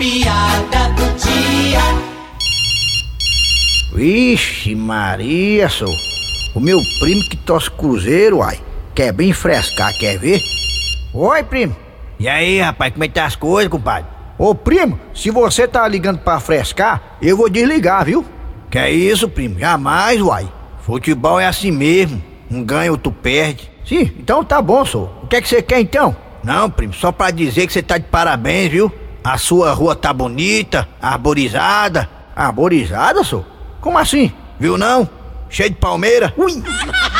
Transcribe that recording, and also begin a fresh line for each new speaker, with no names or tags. piada do dia.
Vixe Maria, só. O meu primo que tosse cruzeiro, uai. Quer bem frescar, quer ver? Oi, primo. E aí, rapaz, como é que tá as coisas, compadre? Ô, primo, se você tá ligando pra frescar, eu vou desligar, viu? Que é isso, primo? Jamais, uai. Futebol é assim mesmo. Um ganha, outro perde. Sim, então tá bom, só. O que é que você quer, então? Não, primo, só pra dizer que você tá de parabéns, viu? A sua rua tá bonita, arborizada. Arborizada, só? Como assim? Viu não? Cheio de palmeira. Ui!